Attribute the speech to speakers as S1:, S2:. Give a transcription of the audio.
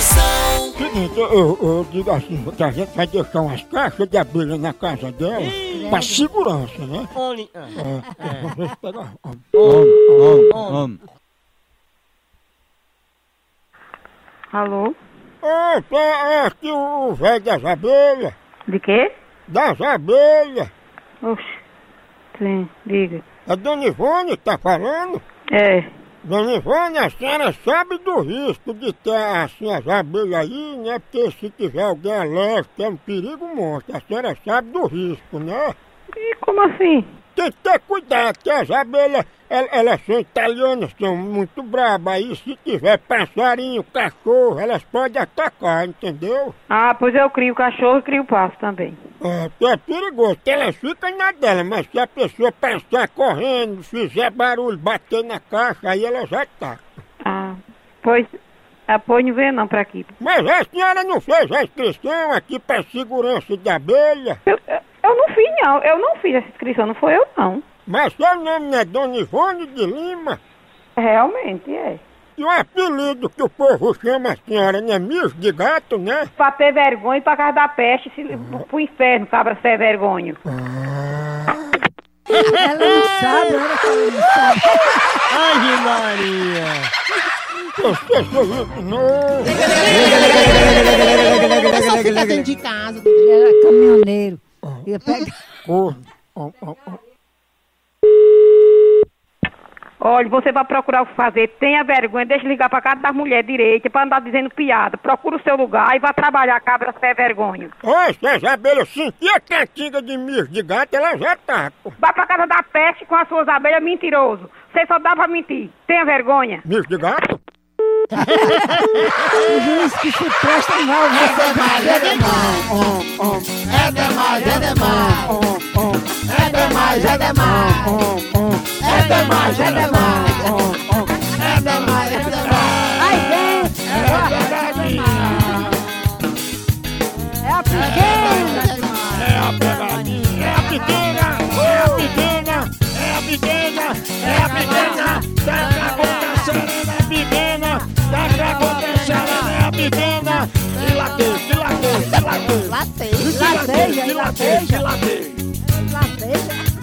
S1: seguinte, é eu, eu digo assim, que a gente vai deixar umas caixas de abelha na casa dela pra segurança, né?
S2: Only. ah.
S1: É, é. Vocês pegar. ó.
S3: Homem, homem, homem.
S4: Alô?
S1: Ô, tá aqui o velho das abelhas,
S4: De quê?
S1: das abelhas.
S4: Oxi. Sim, diga.
S1: A Dona Ivone tá falando?
S4: É,
S1: Dona Ivone, a senhora sabe do risco de ter assim, as abelhas aí, né? Porque se tiver alguém alérgico, é um perigo monte. A senhora sabe do risco, né?
S4: e como assim?
S1: Tem que ter cuidado, que as abelhas, el- elas são italianas, são muito brabas. Aí se tiver passarinho, cachorro, elas podem atacar, entendeu?
S4: Ah, pois eu crio cachorro e crio passo também.
S1: É, porque é perigoso, que elas ficam na dela, mas se a pessoa passar correndo, fizer barulho, bater na caixa, aí tá. elas atacam.
S4: Ah, pois... Ah, pois não vem não pra aqui.
S1: Mas a senhora não fez a inscrição aqui para segurança de abelha?
S4: Eu, eu não fiz não, eu não fiz essa inscrição, não foi eu não.
S1: Mas seu nome não é Dona Ivone de Lima?
S4: Realmente, é.
S1: E o apelido que o povo chama a senhora, não é Miss de Gato, né?
S4: Pra ter vergonha e pra casa da peste, se, pro inferno, cabra sem vergonha.
S5: Ela não sabe, olha que ela não sabe.
S3: Ai, Maria.
S1: Eu sou sorriso novo.
S6: Eu só fico dentro de casa.
S5: Ele era caminhoneiro. Ia pegar.
S1: Corno. Ó, ó, ó.
S4: Olha, você vai procurar o que fazer, tenha vergonha, deixa ligar pra casa das mulheres direita, pra andar dizendo piada. Procura o seu lugar e vá trabalhar, cabra sem vergonha.
S1: Ó, se as abelhas sentir a cantiga de Miss de Gato, tá, elas atacam.
S4: Vá pra casa da peste com as suas abelhas, mentiroso. Você só dá pra mentir. Tenha vergonha.
S1: Miss de Gato?
S5: O juiz que se presta mal, né?
S6: É demais, é demais. É demais, é demais. É demais, é demais. É demais, é demais. É demais, é demais.
S5: Aí vem! É a pequena!
S1: É a pegadinha. É a pequena. É a pequena. É a pequena. É a pequena. Tá dragona serena. É a pequena. Tá dragona serena. É a pequena. Se latei, se latei, se latei.
S6: Latei.
S1: Se latei, se latei, se latei.
S5: Lateja!